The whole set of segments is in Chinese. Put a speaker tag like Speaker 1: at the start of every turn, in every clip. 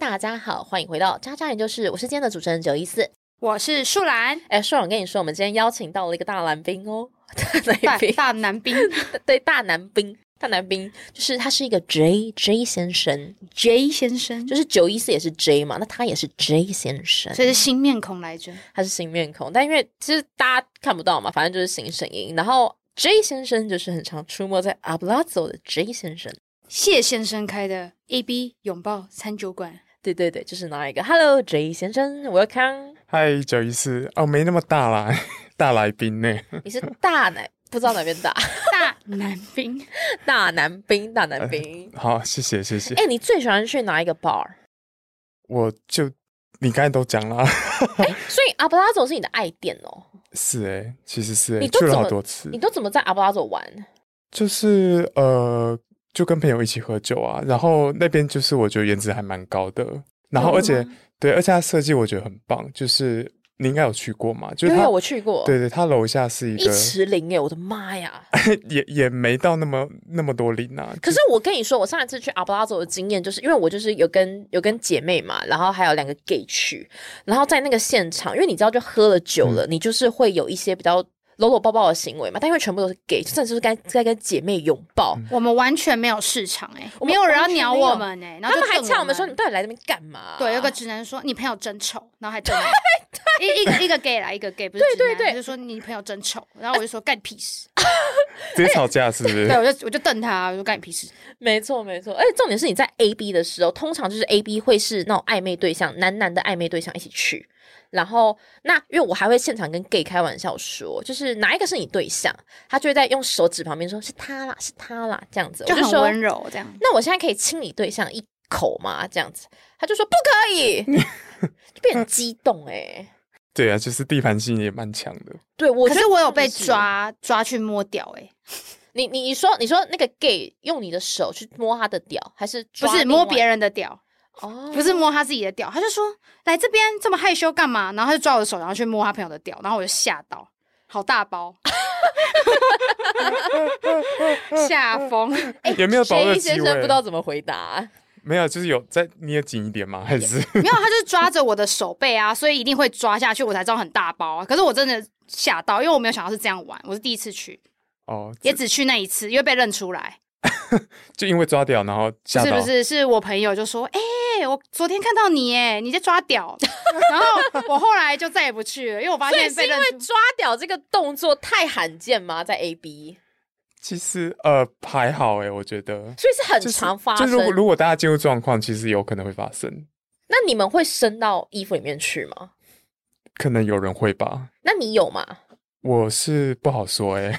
Speaker 1: 大家好，欢迎回到渣渣研究室，我是今天的主持人九一四。
Speaker 2: 我是树 兰，
Speaker 1: 哎，硕荣，我跟你说，我们今天邀请到了一个大蓝兵哦， 大
Speaker 2: 大
Speaker 1: 蓝兵，
Speaker 2: 大 男兵
Speaker 1: 对，大男兵，大男兵，就是他是一个 J J 先生，
Speaker 2: J 先生，
Speaker 1: 就是九一四也是 J 嘛，那他也是 J 先生，
Speaker 2: 所以是新面孔来着。
Speaker 1: 他是新面孔，但因为其实大家看不到嘛，反正就是新声音。然后 J 先生就是很常出没在 Ablazzo 的 J 先生，
Speaker 2: 谢先生开的 AB 拥抱餐酒馆，
Speaker 1: 对对对，就是那一个 Hello J 先生，Welcome，
Speaker 3: 嗨，九一四哦，没那么大啦， 大来宾呢？
Speaker 1: 你是大奶，不知道哪边大，
Speaker 2: 大男兵。
Speaker 1: 大男兵，大男兵。
Speaker 3: 好，谢谢谢谢，
Speaker 1: 哎、你最喜欢去哪一个 bar？
Speaker 3: 我就你刚才都讲啦，
Speaker 1: 所以 Ablazzo 是你的爱店哦，
Speaker 3: 是哎、其实是哎、
Speaker 1: 你都
Speaker 3: 去了
Speaker 1: 怎
Speaker 3: 好
Speaker 1: 么
Speaker 3: 多次
Speaker 1: 你，都怎么在 Ablazzo 玩？
Speaker 3: 就是呃，就跟朋友一起喝酒啊，然后那边就是我觉得颜值还蛮高的，然后
Speaker 2: 有
Speaker 3: 而且
Speaker 2: 吗
Speaker 3: 对，而且它设计我觉得很棒，就是你应该有去过嘛，就
Speaker 1: 因
Speaker 3: 是
Speaker 1: 为
Speaker 3: 它
Speaker 1: 我去过，
Speaker 3: 对对，它楼下是一
Speaker 1: 一
Speaker 3: 个
Speaker 1: 池林哎，我的妈呀！
Speaker 3: 也也没到那么那么多零啊，
Speaker 1: 可是我跟你说，我上一次去阿布拉佐的经验，就是因为我就是有跟有跟姐妹嘛，然后还有两个 gay 去，然后在那个现场，因为你知道，就喝了酒
Speaker 3: 嗯
Speaker 1: 了，你就是会有一些比较搂搂抱抱的行为嘛，但因为全部都是 gay，甚至就是该该跟姐妹拥抱，
Speaker 3: 嗯
Speaker 2: 我们完全没有市场哎、
Speaker 1: 我们
Speaker 2: 没有人要鸟
Speaker 1: 完全没有
Speaker 2: 我们哎、然
Speaker 1: 他
Speaker 2: 后就
Speaker 1: 们还
Speaker 2: 瞪
Speaker 1: 呛我们说：“你啊们到底来这边干嘛？”
Speaker 2: 对，有个直男说你朋友真丑，然后还 真一一个一个 gay 来一个 gay 不是
Speaker 1: 对
Speaker 2: 直男
Speaker 1: 对对
Speaker 2: 他就说你朋友真丑，然后我就说干你屁事，
Speaker 3: 直接
Speaker 1: 哎
Speaker 3: 吵架是不
Speaker 1: 呃
Speaker 3: 是
Speaker 2: 对？我就我就瞪他，我就干你屁事，
Speaker 1: 没错没错，而且重点是你在 A B 的时候，通常就是 A B 会是那种暧昧对象，男男的暧昧对象一起去。然后那因为我还会现场跟 gay 开玩笑说，就是哪一个是你对象，他就会在用手指旁边说是他啦，是他啦这样子，
Speaker 2: 就
Speaker 1: 我就
Speaker 2: 很
Speaker 1: 说
Speaker 2: 温柔这样。
Speaker 1: 那我现在可以亲你对象一口吗？这样子，他就说不可 以，就变很激动哎、
Speaker 3: 对啊，就是地盘性也蛮强的。
Speaker 1: 对我
Speaker 2: 可
Speaker 1: 觉
Speaker 2: 是
Speaker 1: 得
Speaker 2: 我有被
Speaker 1: 真的是，
Speaker 2: 抓抓去摸屌哎、
Speaker 1: 你你你说你说那个 gay 用你的手去摸他的屌，还是
Speaker 2: 不
Speaker 1: 抓
Speaker 2: 是
Speaker 1: 另
Speaker 2: 摸
Speaker 1: 外
Speaker 2: 别人的屌，
Speaker 1: 哦，
Speaker 2: 不是摸他自己的屌，他就说来这边这么害羞干嘛？然后他就抓我的手，然后去摸他朋友的屌，然后我就吓到，好大包， 吓疯。
Speaker 3: 也没有保热
Speaker 1: 谢
Speaker 3: 机
Speaker 1: 哎先
Speaker 3: 位，
Speaker 1: 生不知道怎么回答。
Speaker 3: 没有，就是有再捏紧一点吗？还是
Speaker 2: 没有，他就是抓着我的手背啊，所以一定会抓下去，我才知道很大包啊。可是我真的吓到，因为我没有想到是这样玩，我是第一次去，
Speaker 3: 哦，
Speaker 2: 也只去那一次，因为被认出来，
Speaker 3: 就因为抓掉，然后吓
Speaker 2: 是
Speaker 3: 到，
Speaker 2: 不是？是我朋友就说，哎、我昨天看到你，哎，你在抓屌，然后我后来就再也不去了，因为我发
Speaker 1: 所以
Speaker 2: 现
Speaker 1: 是
Speaker 2: 被
Speaker 1: 因
Speaker 2: 认
Speaker 1: 为
Speaker 2: 出。
Speaker 1: 抓屌这个动作太罕见吗？在 A B，
Speaker 3: 其实呃还好哎，我觉得
Speaker 1: 所以是很
Speaker 3: 就是
Speaker 1: 常发
Speaker 3: 就
Speaker 1: 生。
Speaker 3: 如果如果大家进入状况，其实有可能会发生，
Speaker 1: 那你们会伸到衣服里面去吗？
Speaker 3: 可能有人会吧。
Speaker 1: 那你有吗？
Speaker 3: 我是不好说 哎，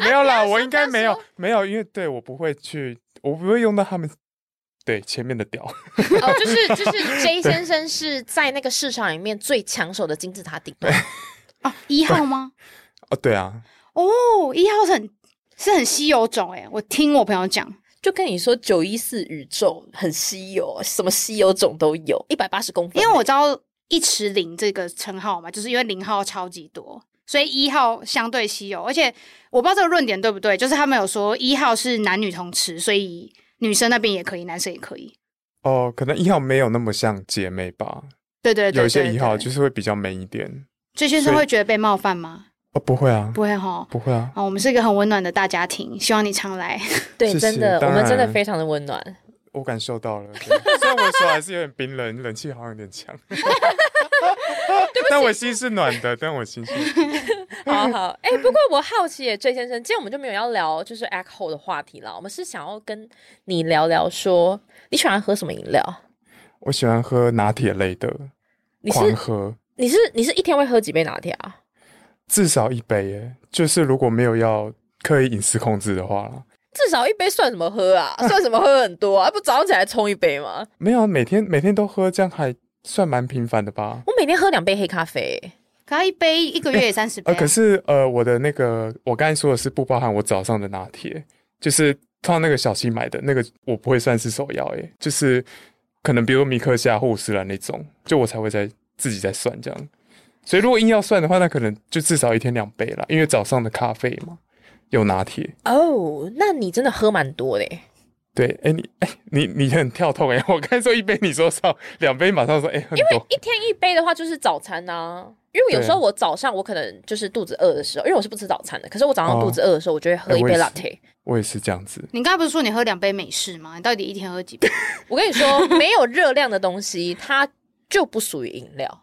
Speaker 3: 没有啦，我应该没
Speaker 1: 不
Speaker 3: 有没有，因为对我不会去，我不会用到他们对前面的屌，
Speaker 1: 哦，就是就是 J 先生是在那个市场里面最抢手的金字塔顶端，
Speaker 2: 哦，一号吗？
Speaker 3: 哦对啊，
Speaker 2: 哦，一号是很是很稀有种哎、我听我朋友讲，
Speaker 1: 就跟你说九一四宇宙很稀有，什么稀有种都有，一百八十公分。
Speaker 2: 因为我知道一池零这个称号嘛，就是因为零号超级多，所以一号相对稀有。而且我不知道这个论点对不对，就是他们有说一号是男女同吃，所以女生那边也可以，男生也可以。
Speaker 3: 哦，可能一号没有那么像姐妹吧，
Speaker 2: 对对对
Speaker 3: 有一些一号就是是会比较 man 一点，
Speaker 2: 这先生
Speaker 3: 所以
Speaker 2: 会觉得被冒犯吗？
Speaker 3: 哦不会啊，
Speaker 2: 不会哈。
Speaker 3: 不会啊，
Speaker 2: 啊、我们是一个很温暖的大家庭，希望你常来。
Speaker 1: 对，
Speaker 3: 谢谢
Speaker 1: 真的，我
Speaker 3: 当然
Speaker 1: 们真的非常的温暖。
Speaker 3: 我感受到了，对 虽然我的手还是有点冰冷，冷气好像有点强， 但我心是暖的，但我心是
Speaker 1: 好好，哎、不过我好奇耶，追先生，今天我们就没有要聊就是 echo 的话题啦，我们是想要跟你聊聊说你喜欢喝什么饮料？
Speaker 3: 我喜欢喝拿铁类的，
Speaker 1: 你是
Speaker 3: 狂喝
Speaker 1: 你是你是一天会喝几杯拿铁啊？
Speaker 3: 至少一杯耶，就是如果没有要刻意饮食控制的话啦，
Speaker 1: 至少一杯算什么喝 啊？算什么喝很多啊？不早上起来冲一杯吗？
Speaker 3: 没有啊每天每天都喝，这样还算蛮频繁的吧。
Speaker 1: 我每天喝两杯黑咖啡、
Speaker 2: 可他一杯一个月也三十杯
Speaker 3: 呃，
Speaker 2: 啊、
Speaker 3: 可是呃，我的那个我刚才说的是不包含我早上的拿铁，就是通常那个小七买的那个，我不会算是首要耶，就是可能比如米克夏或五十兰那种，就我才会在自己在算这样。所以如果硬要算的话，那可能就至少一天两杯啦，因为早上的咖啡嘛，有拿铁。
Speaker 1: 哦那你真的喝蛮多的耶、
Speaker 3: 对，哎、你哎、你你很跳痛哎、我刚才说一杯，你说少，两杯马上说哎、很多，
Speaker 1: 一天一杯的话就是早餐呐、因为有时候我早上我可能就是肚子饿的时候，因为我是不吃早餐的，可是我早上
Speaker 3: 哦
Speaker 1: 肚子饿的时候，我就会喝
Speaker 3: 哎
Speaker 1: 一
Speaker 3: 我
Speaker 1: 杯
Speaker 3: 也是
Speaker 1: latte。
Speaker 3: 我也是这样子。
Speaker 2: 你刚才不是说你喝两杯美式吗？你到底一天喝几杯？
Speaker 1: 我跟你 说，没有热量的东西它就不属于饮料。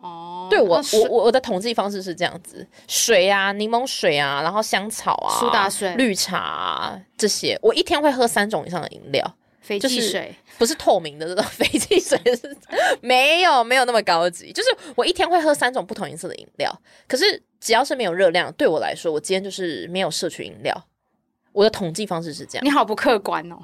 Speaker 2: 哦，
Speaker 1: 对我
Speaker 2: 那水
Speaker 1: 我我我的统计方式是这样子：水啊，柠檬水啊，然后香草啊，
Speaker 2: 苏打水
Speaker 1: 绿茶、啊、这些，我一天会喝三种以上的饮料。
Speaker 2: 肥
Speaker 1: 就
Speaker 2: 气
Speaker 1: 是
Speaker 2: 水，
Speaker 1: 不是透明的这种飞机水是，没有没有那么高级。就是我一天会喝三种不同颜色的饮料，可是只要是没有热量，对我来说，我今天就是没有摄取饮料。我的统计方式是这样
Speaker 2: 你，好不客观 哦。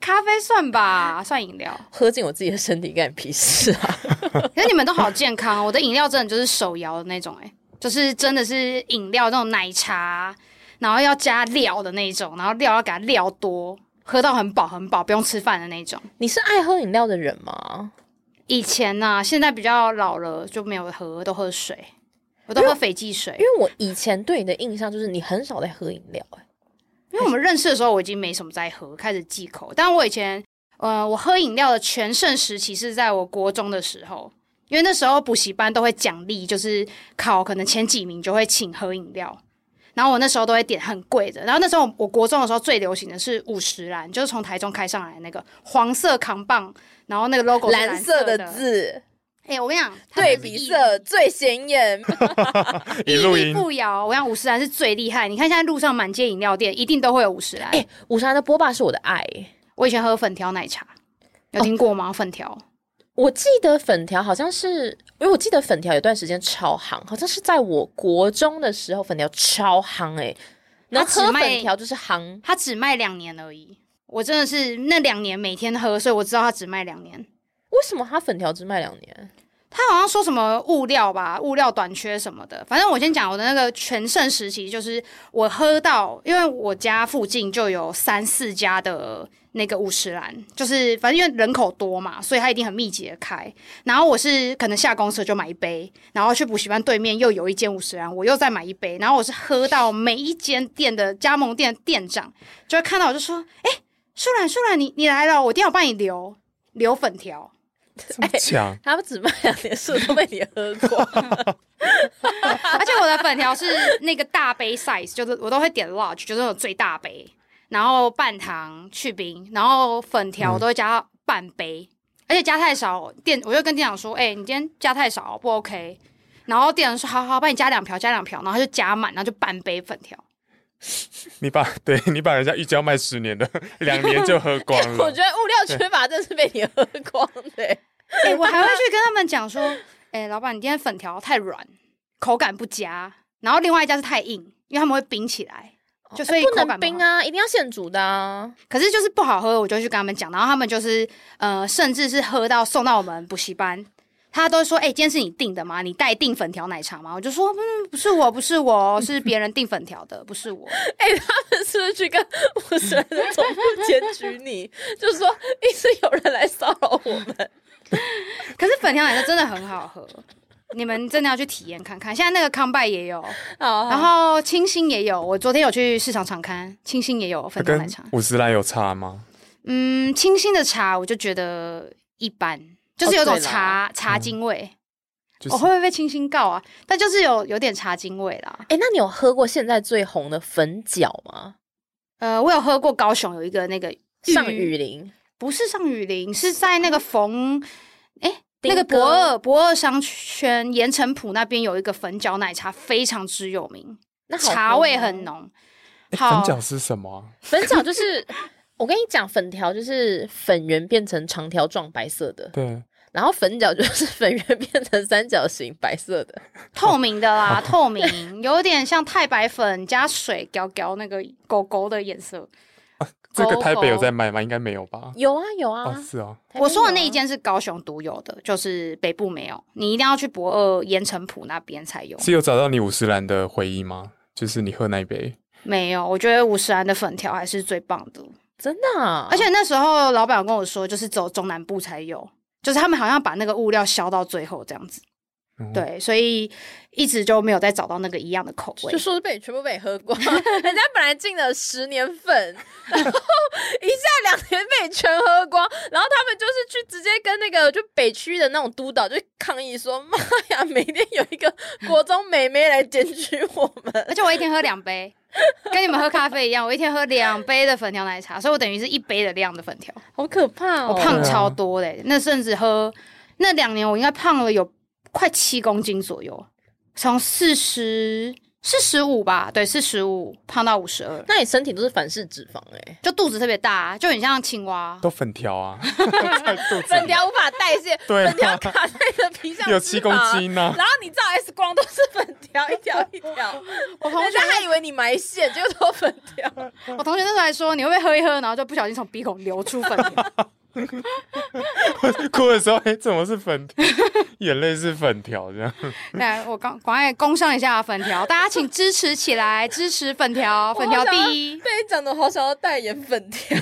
Speaker 2: 咖啡算吧，算饮料。
Speaker 1: 喝进我自己的身体干你屁事啊！
Speaker 2: 可是你们都好健康哦，我的饮料真的就是手摇的那种、哎，就是真的是饮料那种奶茶，然后要加料的那种，然后料要给它料多，喝到很饱很饱，不用吃饭的那种。
Speaker 1: 你是爱喝饮料的人吗？
Speaker 2: 以前呐、现在比较老了就没有喝，都喝水，我都喝斐济水，
Speaker 1: 因为我以前对你的印象就是你很少在喝饮料、欸，
Speaker 2: 因为我们认识的时候我已经没什么在喝，开始忌口。但我以前，呃，我喝饮料的全盛时期是在我国中的时候，因为那时候补习班都会奖励，就是考可能前几名就会请喝饮料。然后我那时候都会点很贵的，然后那时候我国中的时候最流行的是五十兰，就是从台中开上来的那个黄色扛棒，然后那个 logo 是蓝
Speaker 1: 色
Speaker 2: 的
Speaker 1: 的。字
Speaker 2: 哎、我跟你讲，它
Speaker 1: 对
Speaker 2: 就是
Speaker 1: 比
Speaker 2: 一
Speaker 1: 色最显眼，
Speaker 3: 一录音
Speaker 2: 不摇，我想五十岚是最厉害。你看现在路上满街饮料店，一定都会有五十岚。
Speaker 1: 哎、五十岚的波霸是我的爱、欸
Speaker 2: 我以前喝粉条奶茶，有听过吗？粉条
Speaker 1: 我记得粉条好像是，因为我记得粉条有段时间超夯，好像是在我国中的时候，粉条超夯哎、然后
Speaker 2: 它只
Speaker 1: 喝
Speaker 2: 卖
Speaker 1: 粉条就是夯，
Speaker 2: 它只卖两年而已。我真的是那两年每天喝，所以我知道它只卖两年。
Speaker 1: 为什么它粉条只卖两年？
Speaker 2: 它好像说什么物料吧，物料短缺什么的。反正我先讲我的那个全盛时期，就是我喝到，因为我家附近就有三四家的那个五十兰，就是反正因为人口多嘛，所以它一定很密集的开。然后我是可能下公司就买一杯，然后去补习班对面又有一间五十兰，我又再买一杯。然后我是喝到每一间店的加盟店的店长就会看到我就说：“哎、舒兰舒兰，你你来了，我一定要帮你留留粉条。”
Speaker 3: 这么强，
Speaker 1: 它只卖两年，是不是都被你 喝过？
Speaker 2: 而且我的粉条是那个大杯 size，就是我都会点 large，就是那种最大杯，然后半糖去冰，然后粉条
Speaker 1: 嗯
Speaker 2: 我都会加半杯，而且加太少，店我就跟店长说，哎、你今天加太少不 OK，然后店长说，好好，帮你加两瓢，加两瓢，然后他就加满，然后就半杯粉 条。
Speaker 3: 你把 对你把人家玉胶卖十年的， 两年就喝光
Speaker 1: 我
Speaker 3: 了
Speaker 1: 觉。得物料缺乏真是被你喝光的、欸。
Speaker 2: 哎、我还会去跟他们讲说，哎、老板，你今天粉条太软，口感不佳，然后另外一家是太硬，因为他们会冰起来。就所以
Speaker 1: 哦不
Speaker 2: 口感
Speaker 1: 能
Speaker 2: 不好
Speaker 1: 冰啊，一定要现煮的啊。
Speaker 2: 可是就是不好喝，我就去跟他们讲，然后他们就是呃，甚至是喝到送到我们补习班，他都说：“哎、今天是你订的吗？你带订粉条奶茶吗？”我就说：“嗯，不是我，不是我，是别人订粉条的，不是我。
Speaker 1: 哎、他们是不是去跟五十岚的总部检举你？就是说一直有人来骚扰我们。”
Speaker 2: 可是粉条奶茶真的很好喝，你们真的要去体验看看。现在那个康拜也有，
Speaker 1: 好，
Speaker 2: 然后清新也有，我昨天有去市场场看，清新也有
Speaker 3: 它
Speaker 2: 粉条奶
Speaker 3: 跟
Speaker 2: 茶。
Speaker 3: 五十岚有差吗？
Speaker 2: 嗯，清新的茶我就觉得一般，就是有种
Speaker 1: 哦对啦
Speaker 2: 茶、茶精味。
Speaker 3: 就
Speaker 2: 我、
Speaker 3: 是
Speaker 2: 会不会被清新告啊？但就是有有点茶精味啦。
Speaker 1: 哎、那你有喝过现在最红的粉饺吗？
Speaker 2: 呃，我有喝过高雄有一个那个玉
Speaker 1: 上雨林，
Speaker 2: 不是上雨林，是在那个逢哎
Speaker 1: 丁哥
Speaker 2: 那个博尔博尔商圈盐城埔那边有一个粉饺奶茶，非常之有名，
Speaker 1: 那好喝哦
Speaker 2: 茶味
Speaker 1: 吗
Speaker 2: 很。浓。
Speaker 3: 诶哎粉
Speaker 2: 好，
Speaker 3: 饺是什么啊？
Speaker 1: 粉饺就是我跟你讲，粉条就是粉圆变成长条状白色的，
Speaker 3: 对，
Speaker 1: 然后粉饺就是粉圆变成三角形白色的。
Speaker 2: 透明的啦，透明， 有点像太白粉加水，搞搞那个狗狗的颜色。
Speaker 3: 这个
Speaker 2: 狗
Speaker 3: 台北有
Speaker 2: 狗
Speaker 3: 在卖吗？应该没有吧？
Speaker 1: 有啊有啊，
Speaker 3: 哦，是哦，
Speaker 1: 台北有啊
Speaker 2: 我说的那一间是高雄独有的，就是北部没有，你一定要去博尔盐城埔那边才有。
Speaker 3: 是有找到你五十岚的回忆吗？就是你喝那一杯，
Speaker 2: 没有，我觉得五十岚的粉条还是最棒的。
Speaker 1: 真的啊、
Speaker 2: 而且那时候老板有跟我说，就是走中南部才有，就是他们好像把那个物料销到最后这样子。
Speaker 1: 哦
Speaker 3: 嗯
Speaker 2: 对，所以一直就没有再找到那个一样的口味
Speaker 1: 就。说是被你全部被你喝光， 人家本来进了十年份， 然后一下两年被你全喝光，然后他们就是去直接跟那个就北区的那种督导就抗议说：“妈呀，每天有一个国中妹妹来检举我们。
Speaker 2: 而且我一天喝两杯， 跟你们喝咖啡一样，我一天喝两杯的粉条奶茶，所以我等于是一杯的量的粉条，”
Speaker 1: 好可怕
Speaker 2: 我
Speaker 1: 哦！
Speaker 2: 胖
Speaker 3: 啊
Speaker 2: 超多嘞、那甚至喝那两年，我应该胖了有快七公斤左右，从四十四十五吧，对，四十五胖到五十 二，
Speaker 1: 那你身体都是反式脂肪哎、
Speaker 2: 就肚子特别大、啊就很像青 蛙。
Speaker 3: 都粉 条啊，
Speaker 1: 粉条无法代谢，
Speaker 3: 对啊
Speaker 1: 粉条卡在你的皮下、
Speaker 3: 有七公。斤啊呢、
Speaker 1: 然后你照 X 光都是粉条，一条一条，
Speaker 2: 我同
Speaker 1: 人
Speaker 2: 学
Speaker 1: 家，还以为你埋线，结果都粉条。
Speaker 2: 我同学那时候还说，你会不会喝一喝，然后就不小心从鼻孔流出粉条？
Speaker 3: 哭的时候，哎、怎么是粉条？眼泪是粉条这样。
Speaker 2: 来，我刚赶快工商一下粉条，大家请支持起来，支持粉条，粉条第一。
Speaker 1: 被你讲的好想要代言粉条，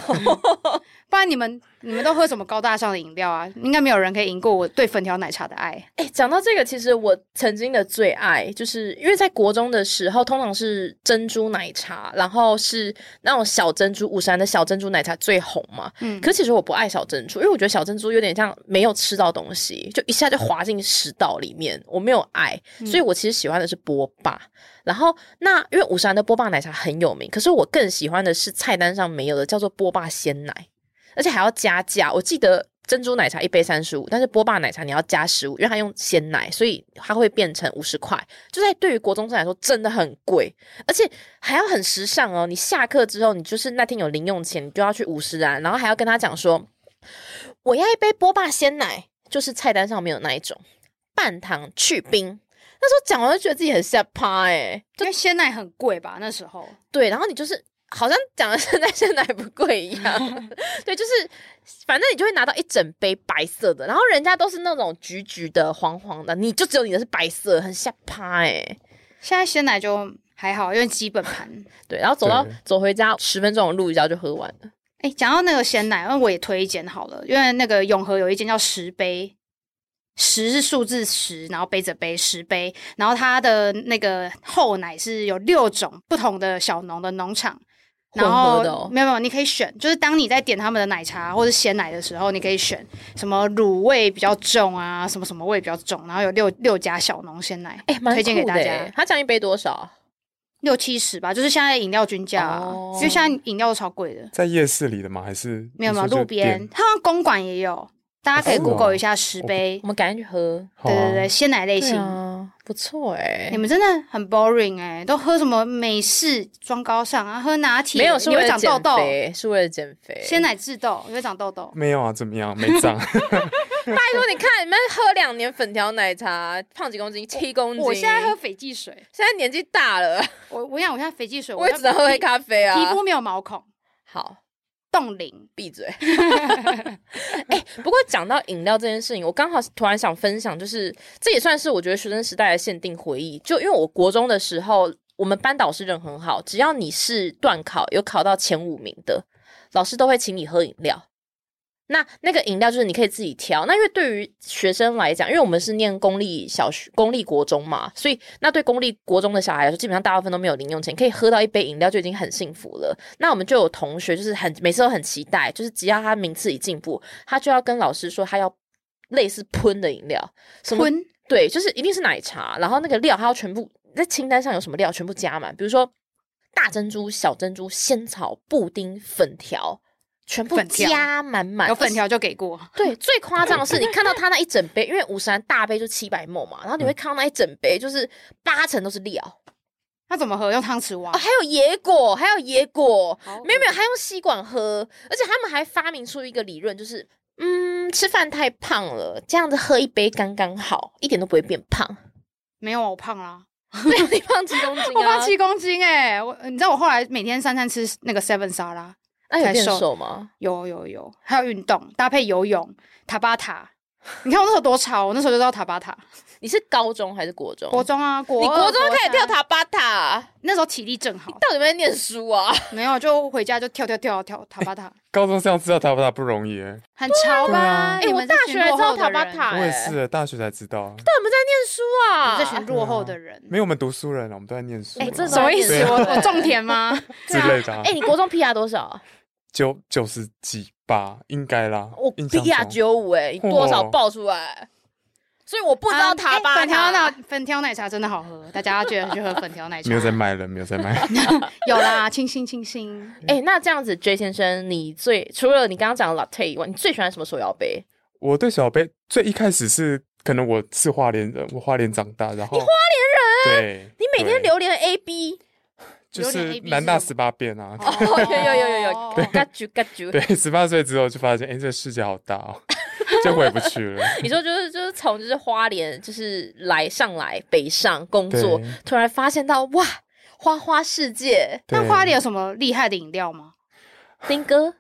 Speaker 2: 不然你们你们都喝什么高大上的饮料啊？应该没有人可以赢过我对粉条奶茶的爱。
Speaker 1: 哎、讲到这个，其实我曾经的最爱，就是因为在国中的时候，通常是珍珠奶茶，然后是那种小珍珠，五山的小珍珠奶茶最红嘛。
Speaker 2: 嗯，
Speaker 1: 可其实我不爱小珍珠，因为我觉得小珍珠有点像没有吃到东西，就一下就滑进食道里面，我没有爱，所以我其实喜欢的是波霸。然后那因为五山的波霸奶茶很有名，可是我更喜欢的是菜单上没有的，叫做波霸鲜奶，而且还要加价。我记得珍珠奶茶一杯三十五，但是波霸奶茶你要加十五，因为它用鲜奶，所以它会变成五十块。就在对于国中生来说真的很贵，而且还要很时尚哦。你下课之后，你就是那天有零用钱，你就要去五十然，然后还要跟他讲说，我要一杯波霸鲜奶，就是菜单上没有那一种，半糖去冰。那时候讲完就觉得自己很下趴哎、
Speaker 2: 因为鲜奶很贵吧？那时候
Speaker 1: 对，然后你就是好像讲的现在现在不贵一样，对，就是反正你就会拿到一整杯白色的，然后人家都是那种橘橘的、黄黄的，你就只有你的是白色，很下趴哎、
Speaker 2: 现在鲜奶就还好，因为基本盘。
Speaker 1: 对，然后走到
Speaker 3: 对
Speaker 1: 走回家十分钟的路，一下就喝完了。
Speaker 2: 哎，讲到那个鲜奶，呃那我也推荐好了，因为那个永和有一间叫十杯。十是数字十，然后杯子的杯十杯，然后它的那个厚奶是有六种不同的小农的农场，然
Speaker 1: 混
Speaker 2: 后
Speaker 1: 合的哦
Speaker 2: 没有没有，你可以选，就是当你在点他们的奶茶或者鲜奶的时候，你可以选什么乳味比较重啊，什么什么味比较重，然后有六六家小农鲜奶，
Speaker 1: 哎、蛮
Speaker 2: 推荐给
Speaker 1: 酷的
Speaker 2: 大家
Speaker 1: 欸他这样一杯多少啊？
Speaker 2: 六七十吧，就是现在饮料均价、啊，
Speaker 1: 哦
Speaker 2: 因为现在饮料都超贵的，
Speaker 3: 在夜市里的吗？还是
Speaker 2: 没有没有
Speaker 3: 你说
Speaker 2: 路
Speaker 3: 就店
Speaker 2: 边，？它好像公馆也有，大家可以
Speaker 3: 是哦
Speaker 2: Google 一下十杯
Speaker 1: 我，们赶紧去喝。
Speaker 3: 好
Speaker 2: 对
Speaker 3: 啊
Speaker 2: 对对，鲜奶类
Speaker 1: 对
Speaker 2: 型。
Speaker 1: 啊，不错哎、
Speaker 2: 你们真的很 boring 哎、都喝什么美式装高尚啊？喝拿铁
Speaker 1: 没有是
Speaker 2: 你
Speaker 1: 为
Speaker 2: 会
Speaker 1: 了
Speaker 2: 长
Speaker 1: 减
Speaker 2: 痘痘，
Speaker 1: 肥，是为了减肥。
Speaker 2: 鲜奶治痘，你会长痘痘。
Speaker 3: 没有啊，怎么样？没 涨。
Speaker 1: 拜托，你看你们喝两年粉条奶茶，胖几公斤？七公斤。
Speaker 2: 我现在喝斐济水，
Speaker 1: 现在年纪大了，
Speaker 2: 我我跟你讲，我现在斐济水，
Speaker 1: 我也只能喝黑
Speaker 2: 啡、
Speaker 1: 咖啡啊。
Speaker 2: 皮肤没有毛孔，
Speaker 1: 好，
Speaker 2: 冻龄。
Speaker 1: 闭嘴。 哎、不过讲到饮料这件事情，我刚好突然想分享，就是这也算是我觉得学生时代的限定回忆。就因为我国中的时候，我们班导师人很好，只要你是段考有考到前五名的，老师都会请你喝饮料。那那个饮料就是你可以自己挑。那因为对于学生来讲，因为我们是念公立小学、公立国中嘛，所以那对公立国中的小孩来说，基本上大部分都没有零用钱，可以喝到一杯饮料就已经很幸福了。那我们就有同学就是很每次都很期待，就是只要他名次一进步，他就要跟老师说他要类似喷的饮料，什么
Speaker 2: 吞
Speaker 1: 对，就是一定是奶茶，然后那个料还要全部在清单上有什么料全部加满，比如说大珍珠、小珍珠、仙草、布丁、粉条，全部
Speaker 2: 粉条
Speaker 1: 加满满，
Speaker 2: 有粉条就给过，
Speaker 1: 对，最夸张的是，你看到他那一整杯，因为五十兰大杯就七百沫嘛，然后你会
Speaker 2: 嗯
Speaker 1: 看到那一整杯就是八成都是料
Speaker 2: 他怎么喝？用汤匙挖
Speaker 1: 哦，。还有野果，还有野果，
Speaker 2: 好
Speaker 1: 没有没有，还用吸管喝，而且他们还发明出一个理论，就是嗯，吃饭太胖了，这样子喝一杯刚刚好，一点都不会变胖。
Speaker 2: 没有啊，我胖啦，
Speaker 1: 没有，你胖几公斤啊？
Speaker 2: 我胖，七公斤哎、我你知道我后来每天三餐吃那个 seven 沙拉，
Speaker 1: 那有
Speaker 2: 才
Speaker 1: 变
Speaker 2: 瘦
Speaker 1: 瘦吗？
Speaker 2: 有有有，还有运动搭配游泳、塔巴塔，你看我那时候多吵，我那时候就知道塔巴塔，
Speaker 1: 你是高中还是国中？
Speaker 2: 国中啊，国
Speaker 1: 你
Speaker 2: 二
Speaker 1: 国中开始跳
Speaker 2: 三，
Speaker 1: 塔巴塔，
Speaker 2: 那时候体力正好，
Speaker 1: 到底有没有念书啊？
Speaker 2: 没有就回家就跳跳跳跳塔 巴塔，
Speaker 3: 高中这样知道塔巴塔不容易耶，
Speaker 2: 很潮
Speaker 3: 对啊
Speaker 2: 吧？
Speaker 1: 哎
Speaker 2: 你
Speaker 1: 我
Speaker 2: 们
Speaker 1: 大学
Speaker 2: 这群
Speaker 1: 才
Speaker 2: 落
Speaker 1: 知道
Speaker 2: 后
Speaker 1: 塔
Speaker 2: 的
Speaker 1: 巴
Speaker 2: 人
Speaker 1: 塔，
Speaker 3: 我
Speaker 1: 哎
Speaker 3: 也是大学才知道，
Speaker 1: 到底有没有在念书
Speaker 2: 你
Speaker 1: 啊？
Speaker 2: 们这群落后的人，
Speaker 3: 没有我们读书人啊，我们都在念书啊，
Speaker 1: 哎这
Speaker 2: 什么意思
Speaker 3: 对？啊
Speaker 2: 我我种田吗？
Speaker 3: 之类的啊
Speaker 1: 哎、，你国中 PR 多少？
Speaker 3: 九九十几吧，应该啦。
Speaker 1: 我
Speaker 3: 印象
Speaker 1: PR
Speaker 3: 中
Speaker 1: 九五，哎，你多少报出来？所以我 不知道塔
Speaker 2: 啊哎
Speaker 1: 巴
Speaker 2: 粉条
Speaker 1: 塔。
Speaker 2: 奶粉条奶茶真的好喝，大家觉得去喝粉条奶茶
Speaker 3: 没有在卖了，没有在卖。
Speaker 2: 有啦，清新清新。
Speaker 1: 哎、那这样子，J 先生，你最除了你刚刚讲的 latte 以外，你最喜欢什么手摇杯？
Speaker 3: 我对小杯最一开始是可能我是花莲人，我花莲长大，然后你花莲人，对，
Speaker 1: 你每天
Speaker 3: 对
Speaker 1: 榴莲 A B，
Speaker 3: 就
Speaker 2: 榴莲
Speaker 3: 是
Speaker 2: A B
Speaker 3: 南大
Speaker 2: 是
Speaker 3: 十八变啊。
Speaker 2: 哦
Speaker 1: 有有有有
Speaker 2: 对
Speaker 1: 嘎啾嘎啾。
Speaker 3: 对，十八岁之后就发现，哎、这世界好大哦，就回不去了。
Speaker 1: 你说就是就是从就是花莲就是来上来北上工作
Speaker 3: 对，
Speaker 1: 突然发现到哇花花世界，
Speaker 2: 那
Speaker 3: 对
Speaker 2: 花莲有什么厉害的饮料吗？
Speaker 1: 丁哥，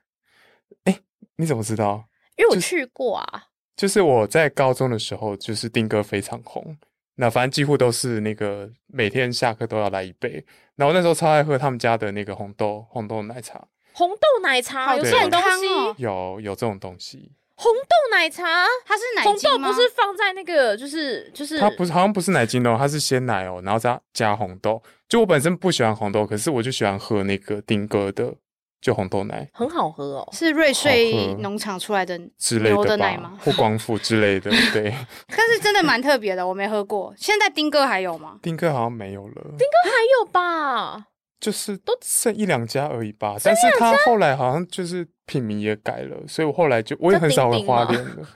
Speaker 3: 你怎么知道？
Speaker 1: 因为我去过啊，
Speaker 3: 就是我在高中的时候，就是丁哥非常红。那反正几乎都是那个每天下课都要来一杯，然后那时候超爱喝他们家的那个红豆红豆奶茶，
Speaker 1: 红豆奶茶
Speaker 2: 好
Speaker 1: 有这
Speaker 2: 健
Speaker 1: 种东
Speaker 2: 康
Speaker 1: 西，
Speaker 2: 哦！
Speaker 3: 有有这种东西，
Speaker 1: 红豆奶茶，
Speaker 2: 它是奶
Speaker 1: 红
Speaker 2: 精
Speaker 1: 豆
Speaker 2: 吗？
Speaker 1: 不是放在那个就是就是
Speaker 3: 它不是好像不是奶精哦，它是鲜奶哦，然后加加红豆。就我本身不喜欢红豆，可是我就喜欢喝那个丁哥的，就红豆奶
Speaker 1: 很好喝哦，
Speaker 2: 是瑞
Speaker 3: 好
Speaker 2: 穗
Speaker 3: 喝
Speaker 2: 农场出来的，
Speaker 3: 之类
Speaker 2: 牛
Speaker 3: 的
Speaker 2: 的
Speaker 3: 吧，
Speaker 2: 奶吗
Speaker 3: 或光复之类的。对，
Speaker 2: 但是真的蛮特别的，我没喝过。现在丁哥还有吗？
Speaker 3: 丁哥好像没有了，丁
Speaker 1: 还有吧？
Speaker 3: 哦就是
Speaker 1: 都
Speaker 3: 剩一两家而已吧。但是他后来好像就是品名也改了，所以我后来就我也很少回花莲了。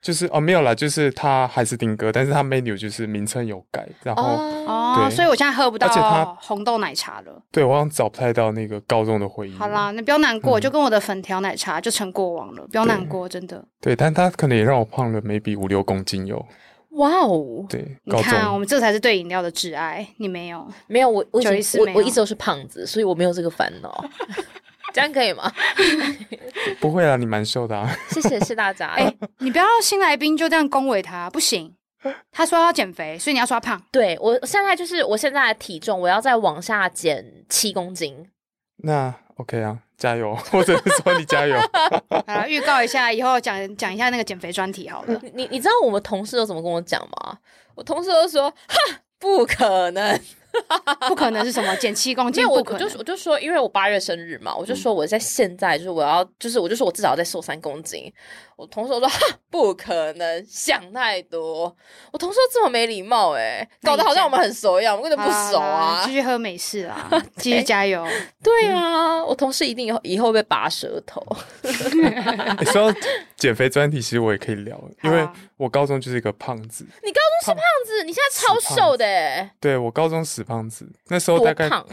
Speaker 3: 就是哦，没有啦，就是他还是丁哥，但是他 menu 就是名称有改，然后、
Speaker 1: 哦，
Speaker 2: 哦，
Speaker 3: 对
Speaker 2: 所以我现在喝不
Speaker 3: 而且它
Speaker 2: 到红豆奶茶了。
Speaker 3: 对我好像找不太到那个高中的回忆。
Speaker 2: 好啦，，你不要难过，就跟我的粉条奶茶就成过往了，不要难过，真的。
Speaker 3: 嗯对，但他可能也让我胖了 maybe 五六公斤有。
Speaker 1: 哇哦，
Speaker 3: 对，
Speaker 2: 你
Speaker 3: 高
Speaker 2: 看，啊我
Speaker 3: 中
Speaker 2: 们这才是对饮料的挚爱，你没有。
Speaker 1: 没有我我以前
Speaker 2: 九一四
Speaker 1: 我
Speaker 2: 没有
Speaker 1: 我一直都是胖子，所以我没有这个烦 恼，这样可以吗？
Speaker 3: 不会啦，你蛮瘦的啊。
Speaker 1: 谢谢谢大家，
Speaker 2: 哎、你不要新来宾就这样恭维他，不行。他说他要减肥，所以你要说他胖。
Speaker 1: 对我现在就是我现在的体重，我要再往下减七公斤。
Speaker 3: 那 OK 啊，加油！或者是说你加油，
Speaker 2: 好了，预告一下，以后讲讲一下那个减肥专题好了。
Speaker 1: 你你你知道我们同事都怎么跟我讲吗？我同事都说哈。不可能！
Speaker 2: 不可能是什么减七公
Speaker 1: 因
Speaker 2: 斤，
Speaker 1: 为我我
Speaker 2: 不可
Speaker 1: 就
Speaker 2: 能。
Speaker 1: 我就说，因为我八月生日嘛，我就说我在现在就是我要就是我就说我至少要再瘦三公斤。我同事都说哈不可能，想太多。我同事都这么没礼貌哎、搞得好像我们很熟一样，我们根本
Speaker 2: 好
Speaker 1: 不
Speaker 2: 啦
Speaker 1: 熟
Speaker 2: 好啦
Speaker 1: 啊
Speaker 2: 继。续喝美式 啊，继续加油。
Speaker 1: 对啊，我同事一定以后以后被拔舌头。
Speaker 3: 你说到减肥专题，其实我也可以聊，因为我高中就是一个胖子，
Speaker 1: 你高中是胖子，你现在超
Speaker 3: 是胖
Speaker 1: 瘦的、欸，
Speaker 3: 对我高中死胖子，那时候
Speaker 1: 多
Speaker 3: 大概
Speaker 1: 胖？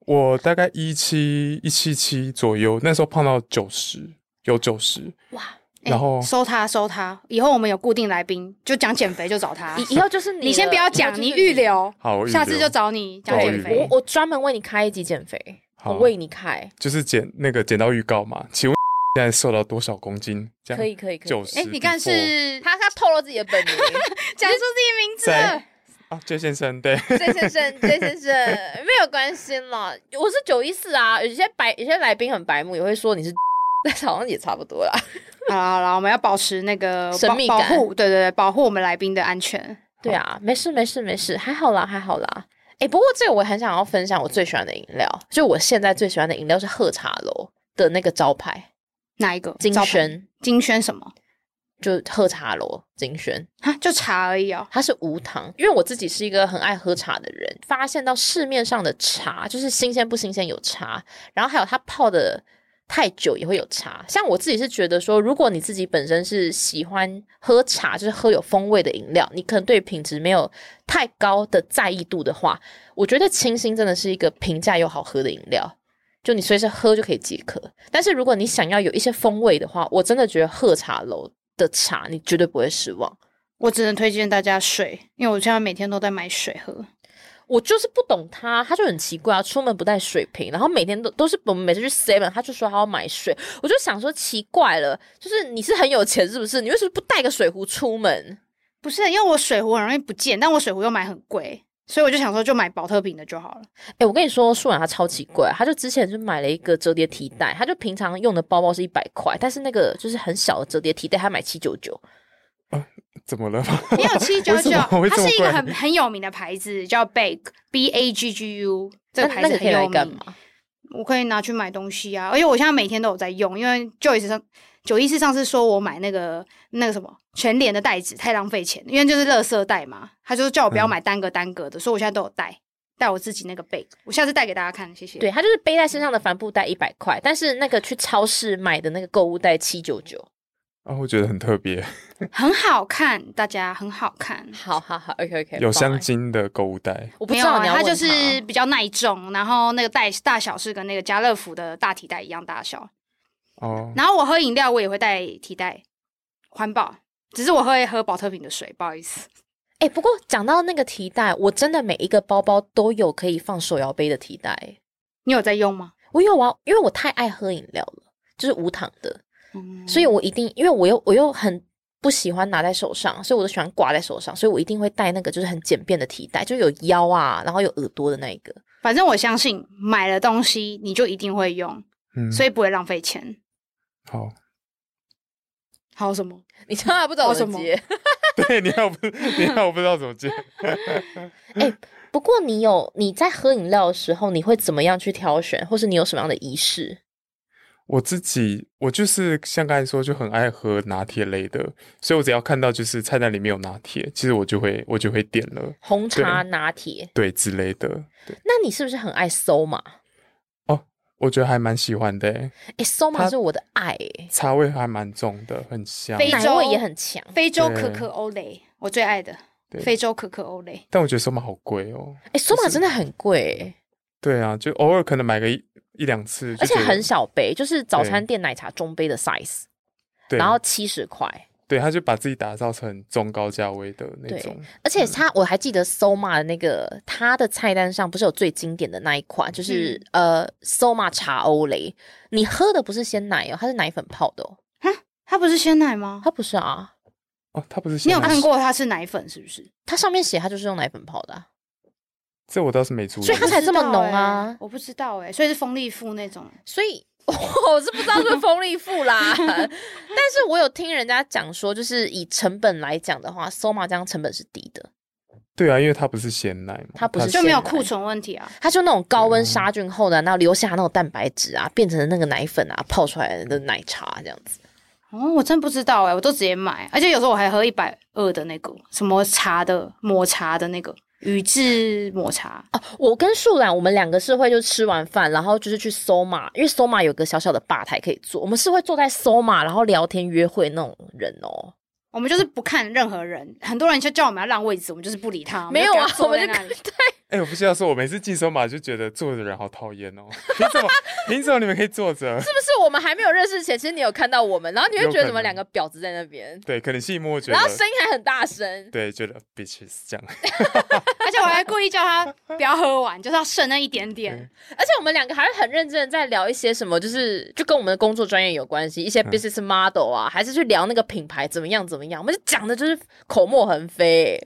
Speaker 3: 我大概一七一七七左右，那时候胖到九十，有九十，
Speaker 1: 哇！
Speaker 2: 哎
Speaker 3: 然后
Speaker 2: 收他收他，以后我们有固定来宾就讲减肥就找他。
Speaker 1: 以以后就是你了，
Speaker 2: 你先不要
Speaker 1: 以
Speaker 2: 讲，
Speaker 1: 后
Speaker 2: 你
Speaker 1: 就是
Speaker 2: 预。留，
Speaker 3: 好，我预
Speaker 2: 下次
Speaker 3: 留
Speaker 2: 就找你讲
Speaker 3: 我
Speaker 2: 减
Speaker 3: 预
Speaker 2: 肥
Speaker 3: 留。
Speaker 1: 我我专门为你开一集减肥，
Speaker 3: 好
Speaker 1: 我为你开，
Speaker 3: 就是剪那个剪到预告嘛。请问 现在瘦到多少公斤？这样
Speaker 1: 可以可以可
Speaker 3: 九
Speaker 1: 以。
Speaker 3: 十。
Speaker 2: 哎，你看是
Speaker 1: 他他透露自己的本名
Speaker 2: 讲出自己名字了
Speaker 3: 在。啊，杰先生，对，
Speaker 1: ，J 先生，J 先生没有关系啦。我是九一四啊，有些白有些来宾很白目，也会说你是， 但是好像也差不多啦。
Speaker 2: 好啦好啦，我们要保持那个
Speaker 1: 神
Speaker 2: 保
Speaker 1: 秘
Speaker 2: 保
Speaker 1: 感
Speaker 2: 护，对对对，保护我们来宾的安全。
Speaker 1: 对啊，没事没事没事，还好啦还好啦。哎、不过这个我很想要分享我最喜欢的饮料，就我现在最喜欢的饮料是喝茶楼的那个招牌
Speaker 2: 哪一个？
Speaker 1: 金
Speaker 2: 招牌，
Speaker 1: 萱，
Speaker 2: 金萱什么？
Speaker 1: 就喝茶楼金萱。
Speaker 2: 啊，就茶而已哦。
Speaker 1: 它是无糖，因为我自己是一个很爱喝茶的人，发现到市面上的茶就是新鲜不新鲜有茶，然后还有它泡的太久也会有茶。像我自己是觉得说，如果你自己本身是喜欢喝茶，就是喝有风味的饮料，你可能对品质没有太高的在意度的话，我觉得清新真的是一个平价又好喝的饮料。就你随时喝就可以解渴，但是如果你想要有一些风味的话，我真的觉得喝茶楼的茶你绝对不会失望。
Speaker 2: 我只能推荐大家水，因为我现在每天都在买水喝。
Speaker 1: 我就是不懂他，他就很奇怪啊，出门不带水瓶，然后每天都都是我们每次去 Seven，他就说他要买水，我就想说奇怪了，就是你是很有钱是不是？你为什么不带个水壶出门？
Speaker 2: 不是，因为我水壶很容易不见，但我水壶又买很贵，所以我就想说就买保特瓶的就好了。
Speaker 1: 哎、我跟你说，舒然他超奇怪，他就之前就买了一个折叠提袋，他就平常用的包包是一百块，但是那个就是很小的折叠提袋，他买七九九，
Speaker 3: 怎么了吗？
Speaker 2: 也有七九
Speaker 3: 为什
Speaker 2: 九
Speaker 3: 么会，
Speaker 2: 它
Speaker 3: 这么
Speaker 2: 是一个
Speaker 3: 贵
Speaker 2: 很很有名的牌子，叫 Bag B A G G U，这
Speaker 1: 那
Speaker 2: 个牌
Speaker 1: 那
Speaker 2: 子
Speaker 1: 个可
Speaker 2: 很
Speaker 1: 以
Speaker 2: 有
Speaker 1: 来干
Speaker 2: 名。
Speaker 1: 嘛？
Speaker 2: 我可以拿去买东西啊，而且我现在每天都有在用，因为九一上九一四上次说我买那个那个什么全脸的袋子太浪费钱，因为就是垃圾袋嘛，他就叫我不要
Speaker 3: 嗯
Speaker 2: 买单个单个的，所以我现在都有带带我自己那个 Bag，我下次带给大家看，谢谢。
Speaker 1: 对，他就是背在身上的帆布袋一百块，但是那个去超市买的那个购物袋七九九。
Speaker 3: 啊，我觉得很特别，
Speaker 2: 很好看，大家很好看。
Speaker 1: 好好好，OK OK，
Speaker 3: 有香，精的购物袋，
Speaker 1: 我不
Speaker 2: 没
Speaker 1: 知
Speaker 2: 有
Speaker 1: 道
Speaker 2: 啊，
Speaker 1: 你要
Speaker 2: 它
Speaker 1: 问
Speaker 2: 就是比较耐重，然后那个袋大小是跟那个家乐福的大提袋一样大小。
Speaker 3: 哦，
Speaker 2: 然后我喝饮料，我也会带提袋，环保。只是我会喝保特瓶的水，不好意思。
Speaker 1: 哎、不过讲到那个提袋，我真的每一个包包都有可以放手摇杯的提袋，
Speaker 2: 你有在用吗？
Speaker 1: 我有啊，因为我太爱喝饮料了，就是无糖的，
Speaker 2: 嗯
Speaker 1: 所以我一定，因为我又我又很不喜欢拿在手上，所以我都喜欢挂在手上，所以我一定会带那个就是很简便的提袋，就有腰啊，然后有耳朵的那一个。
Speaker 2: 反正我相信买了东西你就一定会用，
Speaker 3: 嗯，
Speaker 2: 所以不会浪费钱。
Speaker 3: 好，
Speaker 2: 还有什么？
Speaker 1: 你当然不知道
Speaker 2: 我
Speaker 1: 我
Speaker 2: 什
Speaker 1: 怎
Speaker 2: 么
Speaker 1: 么接。
Speaker 3: 对，你要不，你要不知道怎么接，
Speaker 1: 不过你有你在喝饮料的时候，你会怎么样去挑选，或是你有什么样的仪式？
Speaker 3: 我自己，我就是像刚才说，就很爱喝拿铁类的，所以我只要看到就是菜单里面有拿铁，其实我就会我就会点了，
Speaker 1: 红茶、
Speaker 3: 对
Speaker 1: 拿铁，
Speaker 3: 对之类的，对，
Speaker 1: 那你是不是很爱搜嘛？
Speaker 3: 我觉得还蛮喜欢的欸，
Speaker 1: 哎，搜嘛
Speaker 3: 它
Speaker 1: 是我的爱、欸，
Speaker 3: 茶味还蛮重的，很香。
Speaker 2: 非
Speaker 1: 奶味也很强。
Speaker 2: 非洲
Speaker 3: 对
Speaker 2: 可可欧蕾，我最爱的
Speaker 3: 对
Speaker 2: 非洲可可欧蕾。
Speaker 3: 但我觉得收马好贵哦。
Speaker 1: 哎，搜嘛真的很贵、欸，
Speaker 3: 对啊，就偶尔可能买个一一两次，就
Speaker 1: 而且
Speaker 3: 觉得
Speaker 1: 很。小杯，就是早餐
Speaker 3: 对
Speaker 1: 店奶茶中杯的 size，
Speaker 3: 对，
Speaker 1: 然后七十块。
Speaker 3: 对，他就把自己打造成中高价位的那
Speaker 1: 对
Speaker 3: 种。
Speaker 1: 而且它，我还记得 Soma 的那个它的菜单上不是有最经典的那一款，就是、呃 Soma 茶欧蕾。你喝的不是鲜奶哦，它是奶粉泡的哦，
Speaker 2: 它不是鲜奶吗？
Speaker 1: 它不是啊，
Speaker 3: 哦，他不是
Speaker 2: 你有
Speaker 3: 鲜奶
Speaker 2: 看？过它是奶粉是不是？
Speaker 1: 它上面写它就是用奶粉泡的啊、
Speaker 3: 这我倒是没注意。
Speaker 1: 所以它才这么浓啊
Speaker 2: 欸我不知道哎、所以是蜂蜜馥那种。
Speaker 1: 所以 我是不知道是不是风力富啦，但是我有听人家讲说，就是以成本来讲的话，Soma 这样成本是低的，
Speaker 3: 对啊，因为它不是鲜奶嘛，
Speaker 1: 它不是
Speaker 2: 就没有
Speaker 1: 鲜奶
Speaker 2: 库存问题啊。
Speaker 1: 它就那种高温
Speaker 3: 嗯
Speaker 1: 杀菌后的，然后留下那种蛋白质啊，变成那个奶粉啊，泡出来的奶茶这样子。
Speaker 2: 哦，我真不知道哎、我都直接买，而且有时候我还喝一百二的那个什么茶的抹茶的那个宇治抹茶，
Speaker 1: 哦，我跟树懒，我们两个是会就吃完饭，然后就是去 Soma，因为 Soma 有个小小的吧台可以坐，我们是会坐在 Soma，然后聊天约会那种人哦。
Speaker 2: 我们就是不看任何人，很多人就叫我们要让位置，我们就是不理他。
Speaker 1: 没有啊，我
Speaker 2: 我
Speaker 1: 们
Speaker 2: 们
Speaker 1: 就
Speaker 2: 就给他坐在那里
Speaker 1: 对，
Speaker 3: 哎、我不需要说，我每次进收马就觉得坐的人好讨厌哦。 凭什么？凭什么你们可以坐着？
Speaker 1: 是不是我们还没有认识前，其实你有看到我们，然后你会觉
Speaker 3: 有可
Speaker 1: 得
Speaker 3: 能
Speaker 1: 怎么两个婊子在那边，
Speaker 3: 对，可能是一摸觉
Speaker 1: 然
Speaker 3: 得
Speaker 1: 后，声音还很大声。
Speaker 3: 对，觉得 bitches 这样。
Speaker 2: 而且我还故意叫他不要喝完，就是要剩那一点点。
Speaker 1: 而且我们两个还会很认真地在聊一些什么，就是就跟我们的工作专业有关系，一些 business model 啊，还是去聊那个品牌怎么样怎么样，我们就讲的就是口沫横飞、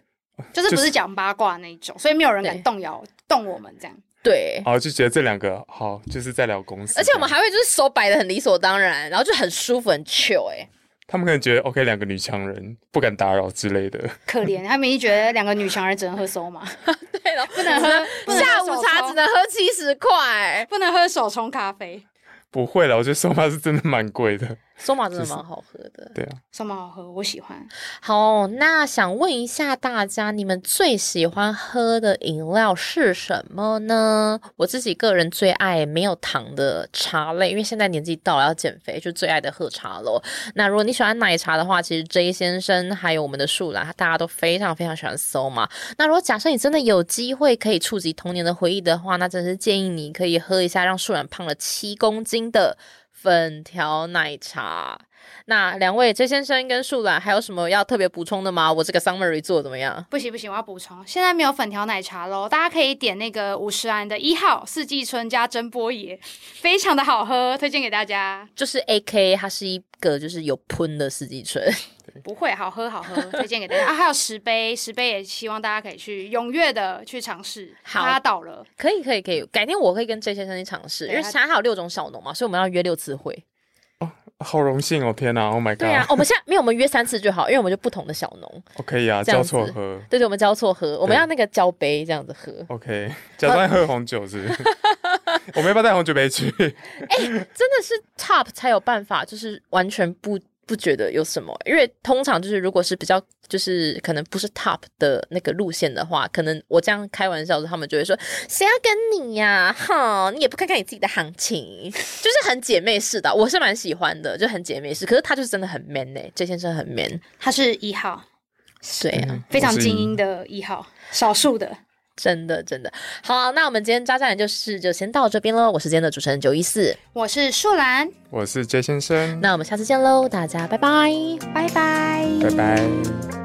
Speaker 2: 就是不
Speaker 3: 就是
Speaker 2: 讲八卦那一种，所以没有人敢
Speaker 1: 对
Speaker 2: 动摇动我们这样。
Speaker 1: 对。
Speaker 3: 好，就觉得这两个好，就是在聊公司。
Speaker 1: 而且我们还会哦就是手摆的很理所当然，然后就很舒服很 chill 哎、
Speaker 3: 他们可能觉得 OK，两个女强人不敢打扰之类的。
Speaker 2: 可怜，他们一定觉得两个女强人只能喝馊嘛，
Speaker 1: 对，然后
Speaker 2: 不能喝 不能喝
Speaker 1: 下
Speaker 2: 手
Speaker 1: 午茶
Speaker 2: 冲
Speaker 1: 只能喝七十块，
Speaker 2: 不能喝手冲咖啡，
Speaker 3: 不会了，我觉得收马是真的蛮贵的。
Speaker 1: 索玛真的
Speaker 3: 就是
Speaker 1: 蛮好喝的。
Speaker 3: 对啊，
Speaker 2: 什么好喝？我喜欢。
Speaker 1: 好，那想问一下大家，你们最喜欢喝的饮料是什么呢？我自己个人最爱没有糖的茶类，因为现在年纪到了要减肥，就最爱的喝茶喽。那如果你喜欢奶茶的话，其实 J 先生还有我们的树懒，大家都非常非常喜欢 Soma。那如果假设你真的有机会可以触及童年的回忆的话，那真是建议你可以喝一下让树懒胖了七公斤的。粉条奶茶。那两位崔先生跟树懒还有什么要特别补充的吗？我这个 summary 做得怎么样？
Speaker 2: 不行不行，我要补充，现在没有粉条奶茶喽，大家可以点那个五十安的一号四季春加真波野，非常的好喝，推荐给大家。
Speaker 1: 就是 A K，它是一个就是有喷的四季春。
Speaker 2: 不会，好喝好喝，推荐给大家啊！还有十杯，十杯也希望大家可以去踊跃的去尝试。
Speaker 1: 好
Speaker 2: 它倒了，
Speaker 1: 可以可以可以，改天我会跟 J 先生去尝试，因
Speaker 2: 对
Speaker 1: 为
Speaker 2: 他
Speaker 1: 现在还有六种小农嘛，所以我们要约六次会。
Speaker 3: 好荣幸哦！天哪，Oh my
Speaker 1: 对啊
Speaker 3: god！，
Speaker 1: 我们现在没有，我们约三次就好，因为我们就不同的小农，
Speaker 3: OK 呀，
Speaker 1: 这样
Speaker 3: 交
Speaker 1: 子
Speaker 3: 错喝
Speaker 1: 对对，我们交错喝，我们
Speaker 3: 对
Speaker 1: 要那个交杯这样子喝。
Speaker 3: ，OK，假装喝红酒是 不是？我们要不要带红酒杯去？
Speaker 1: 真的是 top 才有办法，就是完全不不觉得有什么，因为通常就是如果是比较就是可能不是 top 的那个路线的话，可能我这样开玩笑的时候，他们就会说谁要跟你呀、哈，你也不看看你自己的行情，就是很姐妹式的，我是蛮喜欢的，就很姐妹式。可是他就是真的很 man 呢、这先生很 man，
Speaker 2: 它是一号，
Speaker 1: 谁啊？
Speaker 2: 非常
Speaker 3: 我是
Speaker 2: 精英的一号，少数的。
Speaker 1: 真的真的好，那我们今天渣渣男就是就先到这边喽。我是今天的主持人九一四，
Speaker 2: 我是树兰，
Speaker 3: 我是 J 先生，
Speaker 1: 那我们下次见喽，大家拜拜。
Speaker 2: 拜拜。
Speaker 3: 拜拜。